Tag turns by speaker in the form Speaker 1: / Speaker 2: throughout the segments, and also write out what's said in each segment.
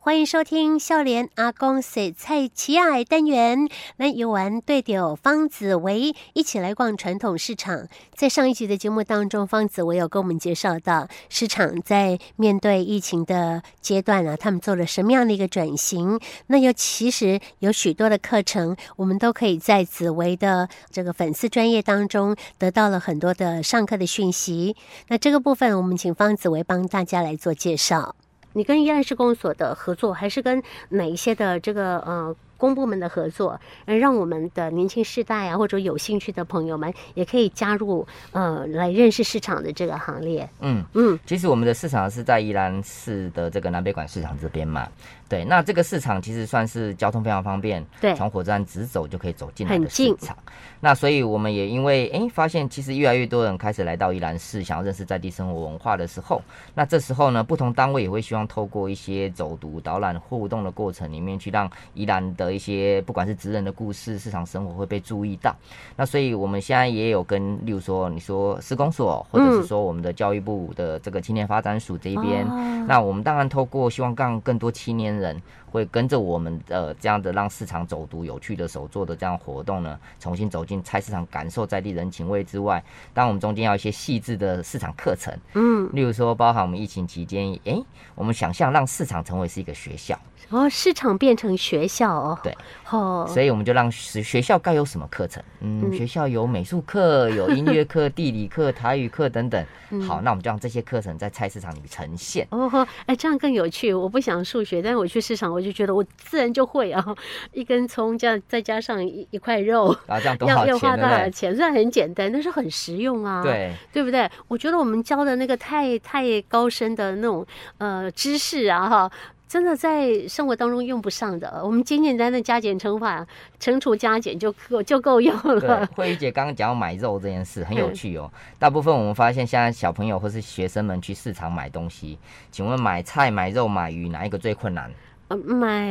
Speaker 1: 欢迎收听笑莲阿公水菜奇爱单元。那游玩对友方子维一起来逛传统市场。在上一集的节目当中，方子维有跟我们介绍到市场在面对疫情的阶段啊，他们做了什么样的一个转型。那又其实有许多的课程，我们都可以在紫薇的这个粉丝专业当中得到了很多的上课的讯息。那这个部分，我们请方紫薇帮大家来做介绍。你跟宜兰市公所的合作，还是跟哪一些的这个呃公部门的合作，呃，让我们的年轻世代啊，或者有兴趣的朋友们，也可以加入呃来认识市场的这个行列。
Speaker 2: 嗯，
Speaker 1: 嗯，
Speaker 2: 其实我们的市场是在宜兰市的这个南北馆市场这边嘛。对，那这个市场其实算是交通非常方便，
Speaker 1: 对
Speaker 2: 从火车站直走就可以走进来
Speaker 1: 很
Speaker 2: 的市
Speaker 1: 近
Speaker 2: 场。那所以我们也因为哎发现，其实越来越多人开始来到宜兰市，想要认识在地生活文化的时候，那这时候呢，不同单位也会希望透过一些走读、导览、互动的过程里面，去让宜兰的一些不管是职人的故事、市场生活会被注意到。那所以我们现在也有跟，例如说你说施工所，或者
Speaker 1: 嗯
Speaker 2: 是说我们的教育部的这个青年发展署这一边，
Speaker 1: 哦
Speaker 2: 那我们当然透过希望让更多青年人会跟着我们呃这样的让市场走读有趣的手做的这样活动呢，重新走进菜市场，感受在地人情味之外，当然我们中间要有一些细致的市场课程，
Speaker 1: 嗯，
Speaker 2: 例如说包含我们疫情期间，诶，我们想象让市场成为是一个学校，
Speaker 1: 然后哦市场变成学校哦，
Speaker 2: 对，
Speaker 1: 哦，
Speaker 2: 所以我们就让学学校该有什么课程？嗯，学校有美术课、有音乐课、地理课、台语课等等。
Speaker 1: 嗯
Speaker 2: 好，那我们就让这些课程在菜市场里呈现。
Speaker 1: 哦吼，哎，这样更有趣。我不想数学，但是我去市场，我就觉得我自然就会啊，一根葱加再加上一一块肉，
Speaker 2: 然后这样多
Speaker 1: 要
Speaker 2: 少
Speaker 1: 要花
Speaker 2: 钱？
Speaker 1: 多少
Speaker 2: 对
Speaker 1: 钱？虽然很简单，但是很实用啊，
Speaker 2: 不对？，对，
Speaker 1: 对不对？我觉得我们教的那个太太高深的那种呃知识啊，哈。真的在生活当中用不上的，我们简简单单的加减乘法、乘除加减就够就够用
Speaker 2: 对
Speaker 1: 了。，
Speaker 2: 慧玉姐刚刚讲到买肉这件事很有趣哦。大部分我们发现现在小朋友或是学生们去市场买东西，请问买菜、买肉、买鱼哪一个最困难？
Speaker 1: 呃买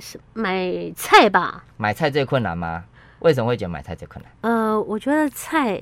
Speaker 1: 是买菜吧，
Speaker 2: 买菜最困难吗？为什么会觉得买菜最困难？
Speaker 1: 呃，我觉得菜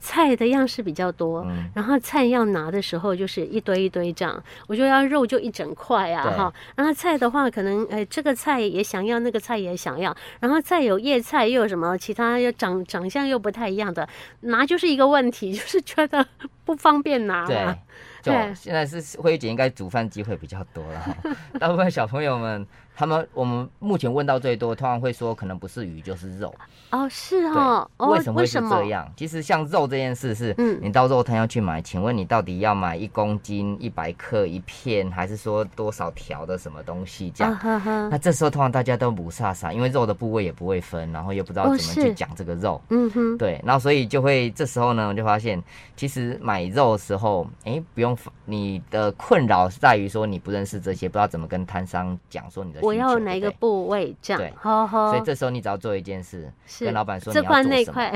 Speaker 1: 菜的样式比较多，
Speaker 2: 嗯
Speaker 1: 然后菜要拿的时候就是一堆一堆这样，我觉得要肉就一整块啊
Speaker 2: 对
Speaker 1: 哈，然后菜的话可能哎这个菜也想要，那个菜也想要，然后再有叶菜又有什么其他又长长相又不太一样的，拿就是一个问题，就是觉得不方便拿啊
Speaker 2: 对
Speaker 1: 了。，
Speaker 2: 就
Speaker 1: 对
Speaker 2: 现在是慧姐应该煮饭机会比较多了哈，大部分小朋友们，他们我们目前问到最多，通常会说可能不是鱼就是肉，
Speaker 1: 哦，是
Speaker 2: 对，
Speaker 1: 哦，哦，
Speaker 2: 为什么会是这？样？其实像肉这件事是，
Speaker 1: 嗯
Speaker 2: 你到肉摊要去买，请问你到底要买一公斤、一百克、一片，还是说多少条的什么东西这
Speaker 1: 啊
Speaker 2: 样？
Speaker 1: 哈哈，
Speaker 2: 那这时候通常大家都不飒飒，因为肉的部位也不会分，然后又不知道
Speaker 1: 哦
Speaker 2: 怎么
Speaker 1: 是
Speaker 2: 去讲这个肉。
Speaker 1: 嗯哼，
Speaker 2: 对，那所以就会这时候呢，我就发现其实买肉的时候，哎，不用你的困扰是在于说你不认识这些，不知道怎么跟摊商讲说你的需求。
Speaker 1: 我要哪一个
Speaker 2: 对不
Speaker 1: 部位这样
Speaker 2: 对？
Speaker 1: 好
Speaker 2: 对
Speaker 1: 好，
Speaker 2: 所以这时候你只要做一件事，
Speaker 1: 是
Speaker 2: 跟老板说你
Speaker 1: 这
Speaker 2: 要做
Speaker 1: 块那
Speaker 2: 什么。
Speaker 1: 块，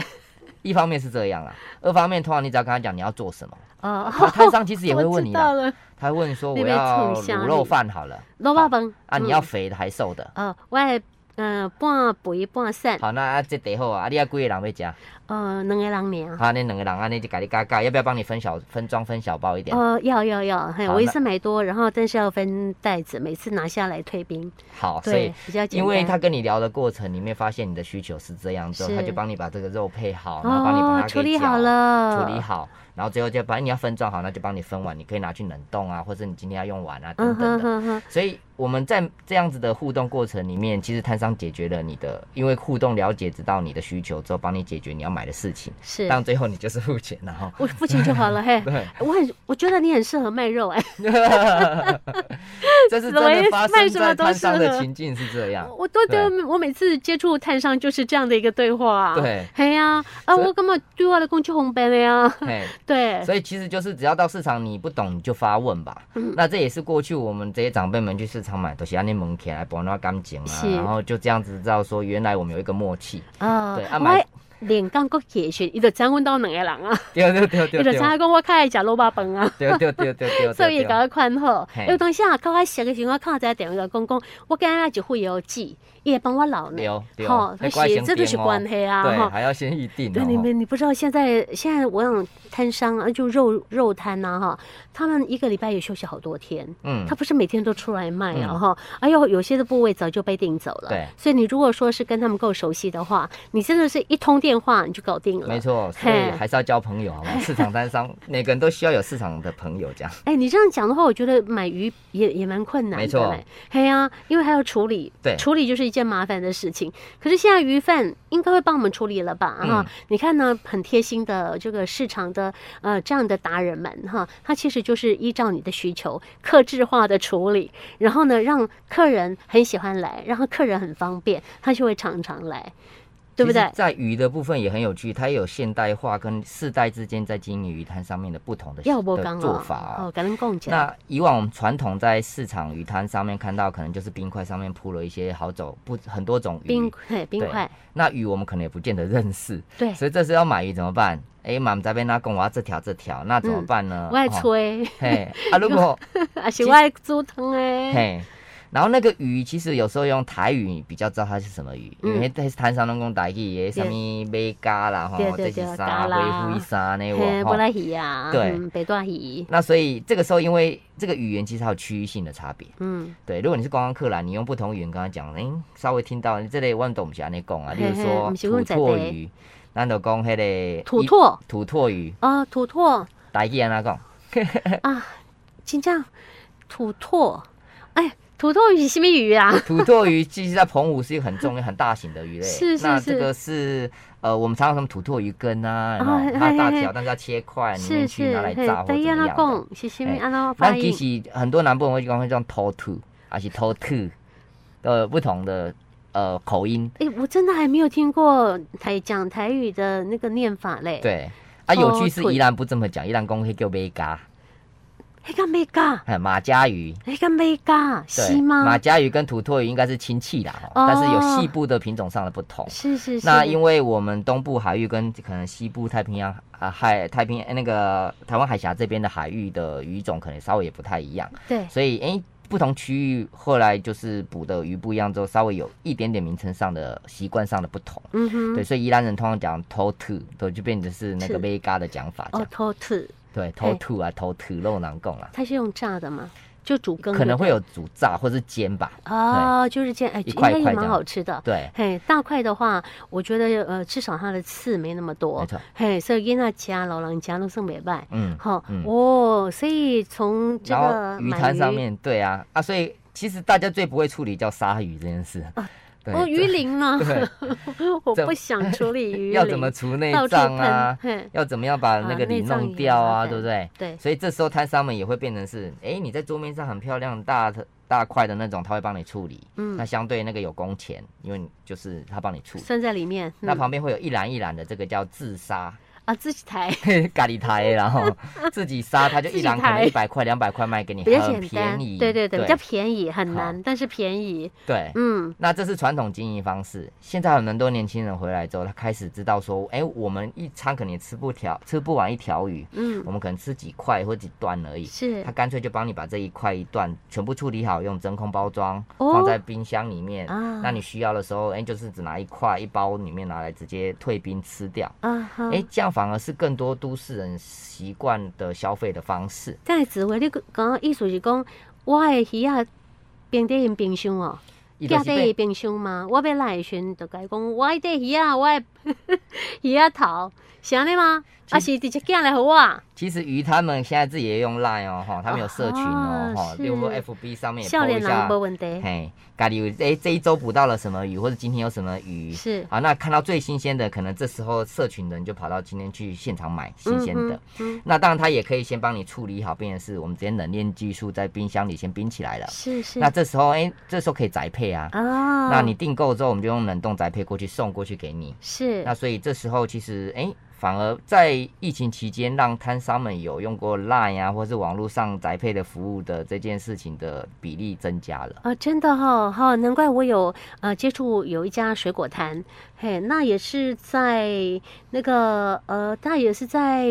Speaker 2: 一方面是这样啦，啊二方面通常你只要跟他讲你要做什么，
Speaker 1: 哦，
Speaker 2: 他摊商其实也会
Speaker 1: 我
Speaker 2: 问
Speaker 1: 知
Speaker 2: 你
Speaker 1: 道
Speaker 2: 啦，
Speaker 1: 了，
Speaker 2: 他会问你说
Speaker 1: 你
Speaker 2: 我
Speaker 1: 被
Speaker 2: 要
Speaker 1: 冲向
Speaker 2: 卤
Speaker 1: 你
Speaker 2: 肉饭好了
Speaker 1: 萝卜饭
Speaker 2: 啊，你要肥的还是瘦的？
Speaker 1: 哦，我的呃半肥半瘦，
Speaker 2: 好，那啊这得后啊，啊你要几个人要加？
Speaker 1: 呃两个人尔。
Speaker 2: 好，那两个人啊，那就改你嘎嘎，要不要帮你分小分装分小包一点？
Speaker 1: 哦，要要要，嘿，
Speaker 2: 好
Speaker 1: 我一
Speaker 2: 那
Speaker 1: 次买多，然后但是要分袋子，每次拿下来退冰，
Speaker 2: 好，所以
Speaker 1: 对，比较简单。
Speaker 2: 因为他跟你聊的过程里面，发现你的需求是这样之后，
Speaker 1: 是
Speaker 2: 他就帮你把这个肉配好，然后帮你把它
Speaker 1: 哦
Speaker 2: 给
Speaker 1: 处理
Speaker 2: 搅
Speaker 1: 好，了，嗯
Speaker 2: 处理好，然后最后就把你要分装好，那就帮你分完，你可以拿去冷冻啊，或者你今天要用完啊
Speaker 1: 嗯
Speaker 2: 等等
Speaker 1: 哼
Speaker 2: 的。
Speaker 1: 哼哼，
Speaker 2: 所以我们在这样子的互动过程里面，其实摊商解决了你的，因为互动了解知道你的需求之后，帮你解决你要买的事情，
Speaker 1: 是，
Speaker 2: 但最后你就是付钱 了哈。
Speaker 1: 我付钱就好了， 嘿。
Speaker 2: 对，
Speaker 1: 我很，我觉得你很适合卖肉 哎、
Speaker 2: 这是真
Speaker 1: 怎么意思
Speaker 2: 的发
Speaker 1: 卖
Speaker 2: 生
Speaker 1: 什么
Speaker 2: 在
Speaker 1: 都
Speaker 2: 摊商
Speaker 1: 适合
Speaker 2: 的情境是这样。
Speaker 1: 我都觉
Speaker 2: 对
Speaker 1: 得我每次接触碳商就是这样的一个对话、啊，，
Speaker 2: 对，
Speaker 1: 嘿呀、啊，啊，
Speaker 2: 所以
Speaker 1: 我感觉对我来讲就红白了呀，
Speaker 2: 嘿，
Speaker 1: 对，
Speaker 2: 所以其实就是只要到市场你不懂你就发问吧。那这也是过去我们这些长辈们去市场买东西，按你蒙起来，不那干净啊
Speaker 1: 是，
Speaker 2: 然后就这样子知道说原来我们有一个默契。
Speaker 1: 啊
Speaker 2: 对，啊
Speaker 1: 我还
Speaker 2: 买
Speaker 1: 连江国夜巡，伊就知影阮兜两个人啊，
Speaker 2: 对对对
Speaker 1: 伊就
Speaker 2: 对对
Speaker 1: 知影讲我较爱食卤肉饭啊。
Speaker 2: 对对对对 对，啊
Speaker 1: 所以伊甲我款好
Speaker 2: 嘿，
Speaker 1: 有当时啊，较我熟的时候，我敲一下电话甲讲讲，我今日就会有记，伊会帮我留呢。
Speaker 2: 对对，
Speaker 1: 吼
Speaker 2: 那
Speaker 1: 那
Speaker 2: 关
Speaker 1: 是
Speaker 2: 先
Speaker 1: 这就是
Speaker 2: 编哦
Speaker 1: 关系啊
Speaker 2: 对，
Speaker 1: 吼
Speaker 2: 还要先预定
Speaker 1: 对，
Speaker 2: 哦
Speaker 1: 你们你不知道现在现在我想摊商啊，就肉肉摊呐、哈，他们一个礼拜也休息好多天，
Speaker 2: 嗯
Speaker 1: 他，不是每天都出来卖啊
Speaker 2: 嗯
Speaker 1: 哈，哎呦，有些的部位早就被订走了，
Speaker 2: 对
Speaker 1: 所以你如果说是跟他们够熟悉的话，你真的是一通电话你就搞定了，
Speaker 2: 没。错，所以
Speaker 1: 嘿
Speaker 2: 还是要交朋友，好吗？市场摊商， 每个人都需要有市场的朋友，这样。
Speaker 1: 哎，你这样讲的话，我觉得买鱼也也蛮困难的嘞。
Speaker 2: 没错
Speaker 1: 嘿呀、因为还要处理，
Speaker 2: 对
Speaker 1: 处理就是一件麻烦的事情。可是现在鱼贩应该会帮我们处理了吧？哈、
Speaker 2: 嗯
Speaker 1: 你看呢，很贴心的这个市场的呃这样的达人们哈，他其实就是依照你的需求，克制化的处理，然后呢，让客人很喜欢来，然后客人很方便，他就会常常来，对不
Speaker 2: 其实
Speaker 1: 对？
Speaker 2: 在鱼的部分也很有趣，它也有现代化跟世代之间在经营鱼摊上面的不同的
Speaker 1: 要不
Speaker 2: 的
Speaker 1: 刚
Speaker 2: 做
Speaker 1: 哦
Speaker 2: 法，哦
Speaker 1: 哦，跟人共讲。
Speaker 2: 那以往我们传统在市场鱼摊上面看到，可能就是冰块上面铺了一些好走不很多种鱼，
Speaker 1: 冰嘿冰
Speaker 2: 对嗯
Speaker 1: 块，
Speaker 2: 那鱼我们可能也不见得认识，
Speaker 1: 对，
Speaker 2: 所以这时要买鱼怎么办？哎，妈们这边那跟我要这条这条，那怎么
Speaker 1: 嗯
Speaker 2: 办呢？
Speaker 1: 我爱
Speaker 2: 哦
Speaker 1: 吹。
Speaker 2: 嘿，啊，如果
Speaker 1: 啊，是我爱煮汤诶，
Speaker 2: 嘿，然后那个鱼其实有时候用台语你比较知道它是什么鱼，
Speaker 1: 嗯
Speaker 2: 因为在摊上拢讲台语的，什么贝嘎啦吼
Speaker 1: 对，
Speaker 2: 这
Speaker 1: 对
Speaker 2: 是
Speaker 1: 对
Speaker 2: 啥
Speaker 1: 嘎啦
Speaker 2: 灰灰啥
Speaker 1: 嘿，
Speaker 2: 那我
Speaker 1: 波
Speaker 2: 吼。
Speaker 1: 拉鱼啊，
Speaker 2: 对
Speaker 1: 嗯，北大鱼，
Speaker 2: 那所以这个时候，因为这个语言其实还有区域性的差别。
Speaker 1: 嗯，
Speaker 2: 对，如果你是观光客来，你用不同语言跟他讲，诶、稍微听到这类我懂不是安尼讲啊，例如
Speaker 1: 嘿嘿
Speaker 2: 说
Speaker 1: 不是
Speaker 2: 土
Speaker 1: 讲在
Speaker 2: 拓
Speaker 1: 地
Speaker 2: 鱼，咱就讲迄个
Speaker 1: 土拓
Speaker 2: 土拓鱼，
Speaker 1: 啊，土拓
Speaker 2: 台语安那讲，
Speaker 1: 啊，真正土拓，哎，土拓鱼是什么鱼 啊？
Speaker 2: 土拓鱼其实在澎湖是一个很重要、很大型的鱼类。
Speaker 1: 是是
Speaker 2: 那
Speaker 1: 是
Speaker 2: 这个是呃，我们常常什么土拓鱼羹啊，然
Speaker 1: 啊
Speaker 2: 后它大
Speaker 1: 嘿嘿
Speaker 2: 条
Speaker 1: 嘿，
Speaker 2: 但是要切块，里
Speaker 1: 是
Speaker 2: 面去
Speaker 1: 是，
Speaker 2: 拿来
Speaker 1: 嘿，
Speaker 2: 炸或怎么
Speaker 1: 伊
Speaker 2: 样
Speaker 1: 那
Speaker 2: 的。
Speaker 1: 讲是什么
Speaker 2: 嘿
Speaker 1: 安怎发
Speaker 2: 但其
Speaker 1: 音？
Speaker 2: 实很多南部人会讲会叫土兔，还是土兔，呃，不同的呃口音。
Speaker 1: 哎，我真的还没有听过台讲台语的那个念法嘞。，
Speaker 2: 对啊，有趣是
Speaker 1: 哦土兔
Speaker 2: 宜兰不这么讲，宜兰公会叫贝嘎，
Speaker 1: 迄个美嘎，
Speaker 2: 哎马家鱼。
Speaker 1: 迄个美嘎，
Speaker 2: 对，
Speaker 1: 是
Speaker 2: 马
Speaker 1: 吗？
Speaker 2: 家鱼跟土拓鱼应该是亲戚啦，
Speaker 1: 哦
Speaker 2: 哦但是有细部的品种上的不同。
Speaker 1: 是是是。
Speaker 2: 那因为我们东部海域跟可能西部太平洋啊海太平那个台湾海峡这边的海域的鱼种可能稍微也不太一样，
Speaker 1: 对，
Speaker 2: 所以诶、不同区域后来就是捕的鱼不一样之后，稍微有一点点名称上的习惯上的不同。
Speaker 1: 嗯哼，
Speaker 2: 对，所以宜兰人通常讲偷兔，对，就变成是那个
Speaker 1: 是
Speaker 2: 贝嘎的讲法，
Speaker 1: 哦，
Speaker 2: 这样
Speaker 1: 土兔，
Speaker 2: 对，偷兔啊，偷兔肉囊贡啊，
Speaker 1: 它是用炸的吗？就煮羹
Speaker 2: 可
Speaker 1: 的
Speaker 2: 能会有煮炸或是煎吧，
Speaker 1: 哦，就是这样，哎，
Speaker 2: 一
Speaker 1: 应
Speaker 2: 块
Speaker 1: 该
Speaker 2: 一块
Speaker 1: 也
Speaker 2: 这
Speaker 1: 蛮
Speaker 2: 样
Speaker 1: 好吃的。
Speaker 2: 对，
Speaker 1: 嘿，大块的话，我觉得呃，至少它的刺没那么
Speaker 2: 没
Speaker 1: 多。
Speaker 2: 错，
Speaker 1: 嘿，所以囡仔家老人家都算袂歹。
Speaker 2: 嗯。
Speaker 1: 好、
Speaker 2: 嗯
Speaker 1: 哦，所以从这
Speaker 2: 然
Speaker 1: 个
Speaker 2: 后鱼
Speaker 1: 买
Speaker 2: 摊上面，对啊，啊，所以其实大家最不会处理叫鲨鱼这件事。对
Speaker 1: 哦，鱼鳞啊，
Speaker 2: 对
Speaker 1: 我
Speaker 2: 这
Speaker 1: 不想处理鱼鳞，
Speaker 2: 要怎么除内
Speaker 1: 到处
Speaker 2: 脏啊
Speaker 1: 喷？？嘿，
Speaker 2: 要怎么样把那
Speaker 1: 啊
Speaker 2: 个
Speaker 1: 内
Speaker 2: 鳞
Speaker 1: 脏
Speaker 2: 弄
Speaker 1: 也
Speaker 2: 掉啊？
Speaker 1: 麻烦
Speaker 2: 对不对？
Speaker 1: 对，
Speaker 2: 所以这时候摊商们也会变成是，哎，你在桌面上很漂亮大的大块的那种，他会帮你处理。那
Speaker 1: 嗯，
Speaker 2: 相对那个有工钱，因为你就是他帮你处理。
Speaker 1: 算在里面。
Speaker 2: 那
Speaker 1: 嗯
Speaker 2: 旁边会有一栏一栏的，这个叫自杀，
Speaker 1: 啊，自己
Speaker 2: 哎
Speaker 1: 抬
Speaker 2: 咖喱台，然后自己杀，他就
Speaker 1: 自
Speaker 2: 一
Speaker 1: 己
Speaker 2: 栏可能
Speaker 1: 抬
Speaker 2: 一百块、两百块卖给你，
Speaker 1: 比较
Speaker 2: 很
Speaker 1: 简单
Speaker 2: 便，宜。
Speaker 1: 对对对，比较便宜，很
Speaker 2: 好
Speaker 1: 难，但是便宜。
Speaker 2: 对，
Speaker 1: 嗯，
Speaker 2: 那这是传统经营方式。现在很多年轻人回来之后，他开始知道说，哎、我们一餐可能也吃不条，吃不完一条鱼，
Speaker 1: 嗯
Speaker 2: 我们可能吃几块或几段而已。
Speaker 1: 是
Speaker 2: 他干脆就帮你把这一块一段全部处理好，用真空包装，
Speaker 1: 哦
Speaker 2: 放在冰箱里面。
Speaker 1: 啊
Speaker 2: 那你需要的时候，哎、就是只拿一块一包里面拿来直接退冰吃掉。
Speaker 1: 啊哈。
Speaker 2: 哎、这样反而是更多都市人习惯的消费的方式。
Speaker 1: 在紫薇，你讲意思是讲，我的鱼啊，冰在因冰箱哦，
Speaker 2: 伊就
Speaker 1: 寄
Speaker 2: 是
Speaker 1: 在伊
Speaker 2: 被
Speaker 1: 冰箱嘛。我要来的时阵，就甲伊讲，我的鱼啊，我的鱼啊头，是安尼吗？啊，是直接寄来给我啊？
Speaker 2: 其实鱼他们现在自己也用 Line 哦，哈，他们有社群哦
Speaker 1: 啊，
Speaker 2: 哈，
Speaker 1: 是
Speaker 2: 例如说 FB 上面也
Speaker 1: 少
Speaker 2: po
Speaker 1: 年
Speaker 2: 一下
Speaker 1: 人无，问题，
Speaker 2: 嘿，咖喱鱼，哎，这一周捕到了什么鱼，或者今天有什么鱼，
Speaker 1: 是
Speaker 2: 啊，那看到最新鲜的，可能这时候社群的人就跑到今天去现场买新鲜的。
Speaker 1: 嗯
Speaker 2: 那当然，他也可以先帮你处理好，变成是我们直接冷链技术在冰箱里先冰起来了。
Speaker 1: 是是
Speaker 2: 那这时候，哎、这时候可以宅配啊。
Speaker 1: 啊，
Speaker 2: 那你订购之后，我们就用冷冻宅配过去送过去给你。
Speaker 1: 是
Speaker 2: 那所以这时候其实，哎、反而在疫情期间让摊商们有用过 Line 啊，或是网络上宅配的服务的这件事情的比例增加了。
Speaker 1: 哦，真的哈、哦，哈、难怪我有呃接触有一家水果摊，嘿，那也是在那个呃，那也是在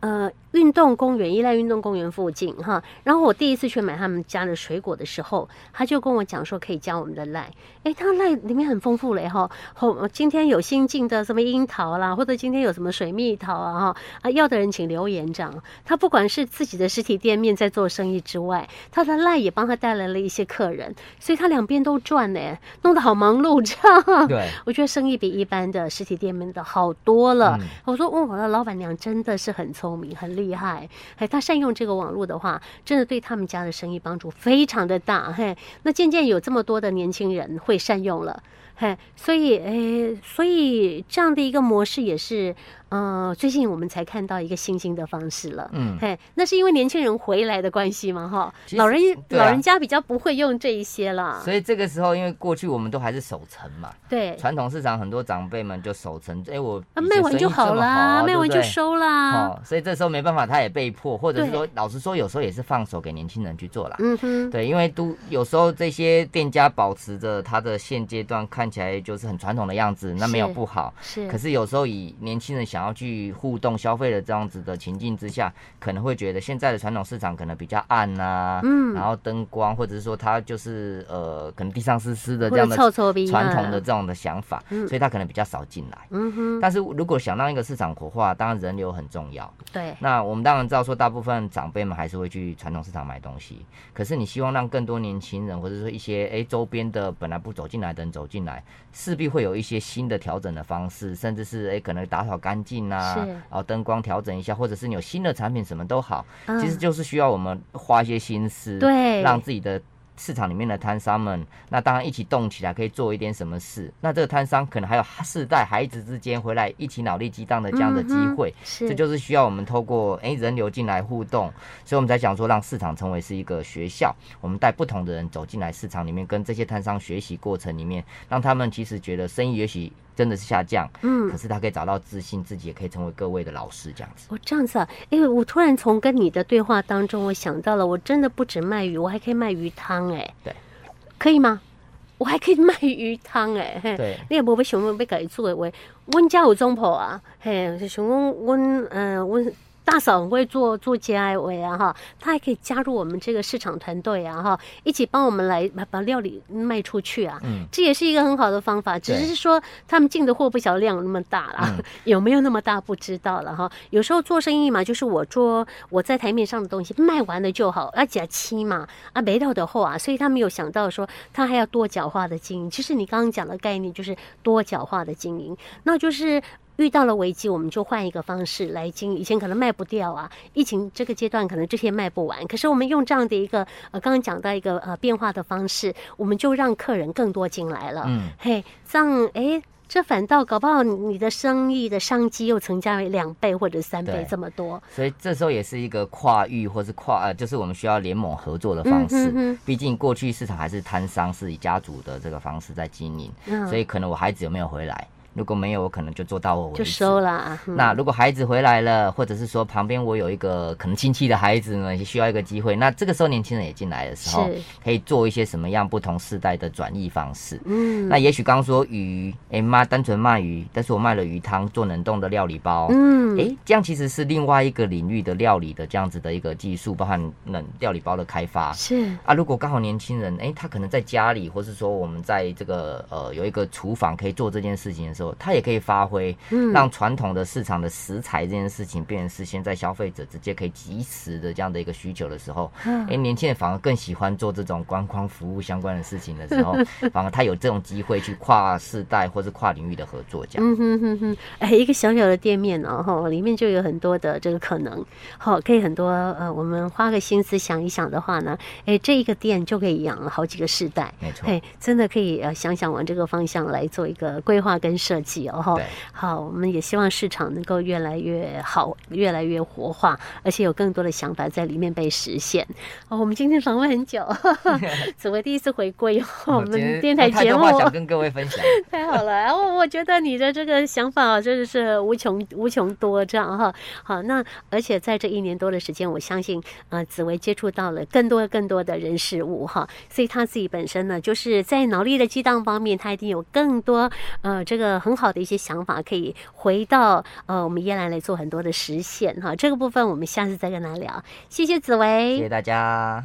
Speaker 1: 呃运动公园，依赖运动公园附近哈。然后我第一次去买他们家的水果的时候，他就跟我讲说可以加我们的赖，诶，他赖里面很丰富嘞哈，哦，今天有新进的什么樱桃啦，或者今天有什么水蜜桃啊哈，啊，要的人请留言这样。他不管是自己的实体店面在做生意之外，他的赖也帮他带来了一些客人，所以他两边都赚呢，弄得好忙碌这样。
Speaker 2: 对，
Speaker 1: 我觉得生意比一般的实体店面的好多了。
Speaker 2: 嗯
Speaker 1: 我说，哦，我的老板娘真的是很聪明，很厉害。哎，她善用这个网络的话，真的对他们家的生意帮助非常的大。嘿，那渐渐有这么多的年轻人会善用了。嘿，所以，诶，所以这样的一个模式也是，呃，最近我们才看到一个新兴的方式了。
Speaker 2: 嗯，
Speaker 1: 嘿，那是因为年轻人回来的关系嘛，哈，
Speaker 2: 其实
Speaker 1: 老人、
Speaker 2: 对啊
Speaker 1: 老人家比较不会用这一些了，
Speaker 2: 所以这个时候，因为过去我们都还是守城嘛，
Speaker 1: 对，
Speaker 2: 传统市场很多长辈们就守城，哎、我
Speaker 1: 嗯啊，
Speaker 2: 以
Speaker 1: 卖
Speaker 2: 前
Speaker 1: 完
Speaker 2: 生意
Speaker 1: 就
Speaker 2: 这
Speaker 1: 好
Speaker 2: 么
Speaker 1: 啦，
Speaker 2: 啊
Speaker 1: 卖完
Speaker 2: 对不
Speaker 1: 就
Speaker 2: 对
Speaker 1: 收啦，
Speaker 2: 哦，所以这时候没办法，他也被迫，或者是
Speaker 1: 对
Speaker 2: 说，老实说，有时候也是放手给年轻人去做啦。
Speaker 1: 嗯哼，
Speaker 2: 对，因为都有时候这些店家保持着他的现阶段看起来就是很传统的样子，那没有
Speaker 1: 是
Speaker 2: 不好。
Speaker 1: 是，
Speaker 2: 可是有时候以年轻人想要去互动消费的这样子的情境之下，可能会觉得现在的传统市场可能比较暗呐、
Speaker 1: 嗯
Speaker 2: 然后灯光或者是说它就是呃，可能地上湿湿的
Speaker 1: 或
Speaker 2: 这样
Speaker 1: 者
Speaker 2: 的
Speaker 1: 臭臭逼
Speaker 2: 传统的，这种的想法，
Speaker 1: 嗯
Speaker 2: 所以他可能比较少进来。
Speaker 1: 嗯哼，
Speaker 2: 但是如果想让一个市场活化，当然人流很重要。
Speaker 1: 对，
Speaker 2: 那我们当然知道说，大部分长辈们还是会去传统市场买东西，可是你希望让更多年轻人，或者说一些诶周边的本来不走进来的人走进来，势必会有一些新的调整的方式，甚至是诶可能打扫干净啊，
Speaker 1: 是
Speaker 2: 然后灯光调整一下，或者是你有新的产品什么都好，
Speaker 1: 嗯
Speaker 2: 其实就是需要我们花一些心思，
Speaker 1: 对
Speaker 2: 让自己的。市场里面的摊商们，那当然一起动起来，可以做一点什么事。那这个摊商可能还有世代孩子之间回来一起脑力激荡的这样的机
Speaker 1: 嗯哼
Speaker 2: 会，
Speaker 1: 是，
Speaker 2: 这就是需要我们透过诶人流进来互动，所以我们才想说让市场成为是一个学校，我们带不同的人走进来市场里面，跟这些摊商学习过程里面，让他们其实觉得生意也许真的是下降，
Speaker 1: 嗯
Speaker 2: 可。是他可以找到自信，自己也可以成为各位的老师这样子。
Speaker 1: 哦，这样子啊，哎、我突然从跟你的对话当中，我想到了，我真的不止卖鱼，我还可以卖鱼汤、哎，
Speaker 2: 对，
Speaker 1: 可以吗？我还可以卖鱼汤、哎，嘿
Speaker 2: 对
Speaker 1: 你也无要想要要家己做的话，阮家有总铺啊，嘿，就想讲阮呃阮。大嫂很会做做 DIY 啊哈，她还可以加入我们这个市场团队啊哈，一起帮我们来把把料理卖出去啊，
Speaker 2: 嗯，
Speaker 1: 这也是一个很好的方法。只
Speaker 2: 对
Speaker 1: 是说他们进的货不晓得量那么大啦，
Speaker 2: 嗯
Speaker 1: 有没有那么大不知道了哈。有时候做生意嘛，就是我做我在台面上的东西卖完了就好，啊假期嘛，啊没到的货啊，所以他没有想到说他还要多角化的经营。其实你刚刚讲的概念就是多角化的经营，那就是。遇到了危机，我们就换一个方式来经营。以前可能卖不掉啊，疫情这个阶段可能这些卖不完，可是我们用这样的一个呃，刚刚讲到一个呃变化的方式，我们就让客人更多进来了。
Speaker 2: 嗯，
Speaker 1: 嘿，这样诶，这反倒搞不好你的生意的商机又增加了两倍或者三倍
Speaker 2: 对
Speaker 1: 这么多。
Speaker 2: 所以这时候也是一个跨域或是跨呃，就是我们需要联盟合作的方式。
Speaker 1: 嗯哼哼
Speaker 2: 毕竟过去市场还是摊商是以家族的这个方式在经营，
Speaker 1: 嗯
Speaker 2: 所以可能我孩子有没有回来？如果没有，我可能就做到我为
Speaker 1: 就
Speaker 2: 止。
Speaker 1: 收了啊。嗯
Speaker 2: 那如果孩子回来了，或者是说旁边我有一个可能亲戚的孩子呢，也需要一个机会，那这个时候年轻人也进来的时候
Speaker 1: 是，
Speaker 2: 可以做一些什么样不同世代的转移方式？
Speaker 1: 嗯
Speaker 2: 那也许刚说鱼，哎、妈单纯卖鱼，但是我卖了鱼汤，做冷冻的料理包。
Speaker 1: 嗯，
Speaker 2: 诶，这样其实是另外一个领域的料理的这样子的一个技术，包含冷料理包的开发。
Speaker 1: 是
Speaker 2: 啊，如果刚好年轻人，诶，他可能在家里，或是说我们在这个呃有一个厨房可以做这件事情的时候，他也可以发挥，
Speaker 1: 嗯
Speaker 2: 让传统的市场的食材这件事情变成是现在消费者直接可以及时的这样的一个需求的时候，
Speaker 1: 嗯
Speaker 2: 诶，年轻人反而更喜欢做这种观光服务相关的事情的时 候，反而他有这种机会去跨世代或是跨领域的合作，这样。
Speaker 1: 嗯哼哼哼，哎，一个小小的店面哦，吼，里面就有很多的这个可能，好、可以很多呃，我们花个心思想一想的话呢，哎，这一个店就可以养好几个世代，
Speaker 2: 没错
Speaker 1: 哎，真的可以呃想想往这个方向来做一个规划跟设设计哦。哈
Speaker 2: 对
Speaker 1: 好，我们也希望市场能够越来越好，越来越活化，而且有更多的想法在里面被实现。哦，我们今天访问很 久， 紫薇第一次回归哦我
Speaker 2: 今
Speaker 1: 们
Speaker 2: 天
Speaker 1: 电台
Speaker 2: 有太
Speaker 1: 节
Speaker 2: 多
Speaker 1: 目，
Speaker 2: 话想跟各位分享。
Speaker 1: 太好了。然后我觉得你的这个想法哦真的是无穷无穷多这样哈。好，那而且在这一年多的时间，我相信呃，紫薇接触到了更多更多的人事物哈，所以她自己本身呢，就是在脑力的激荡方面，她一定有更多呃这个很好的一些想法，可以回到呃我们耶兰来做很多的实现哈。这个部分我们下次再跟她聊。谢谢紫薇，
Speaker 2: 谢谢大家。